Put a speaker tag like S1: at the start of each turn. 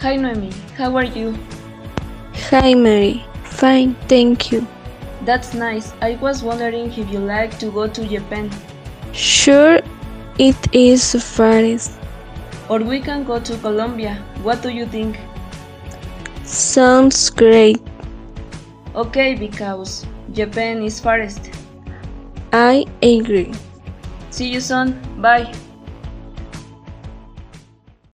S1: Hi Noemi, how are you?
S2: Hi, Mary. Fine, thank you.
S1: That's nice. I was wondering if you like to go to Japan,
S2: Sure, it is Paris.
S1: or we can go to Colombia. What do you think?
S2: Sounds great.
S1: Okay, because Japan is farthest.
S2: I agree.
S1: See you soon. Bye.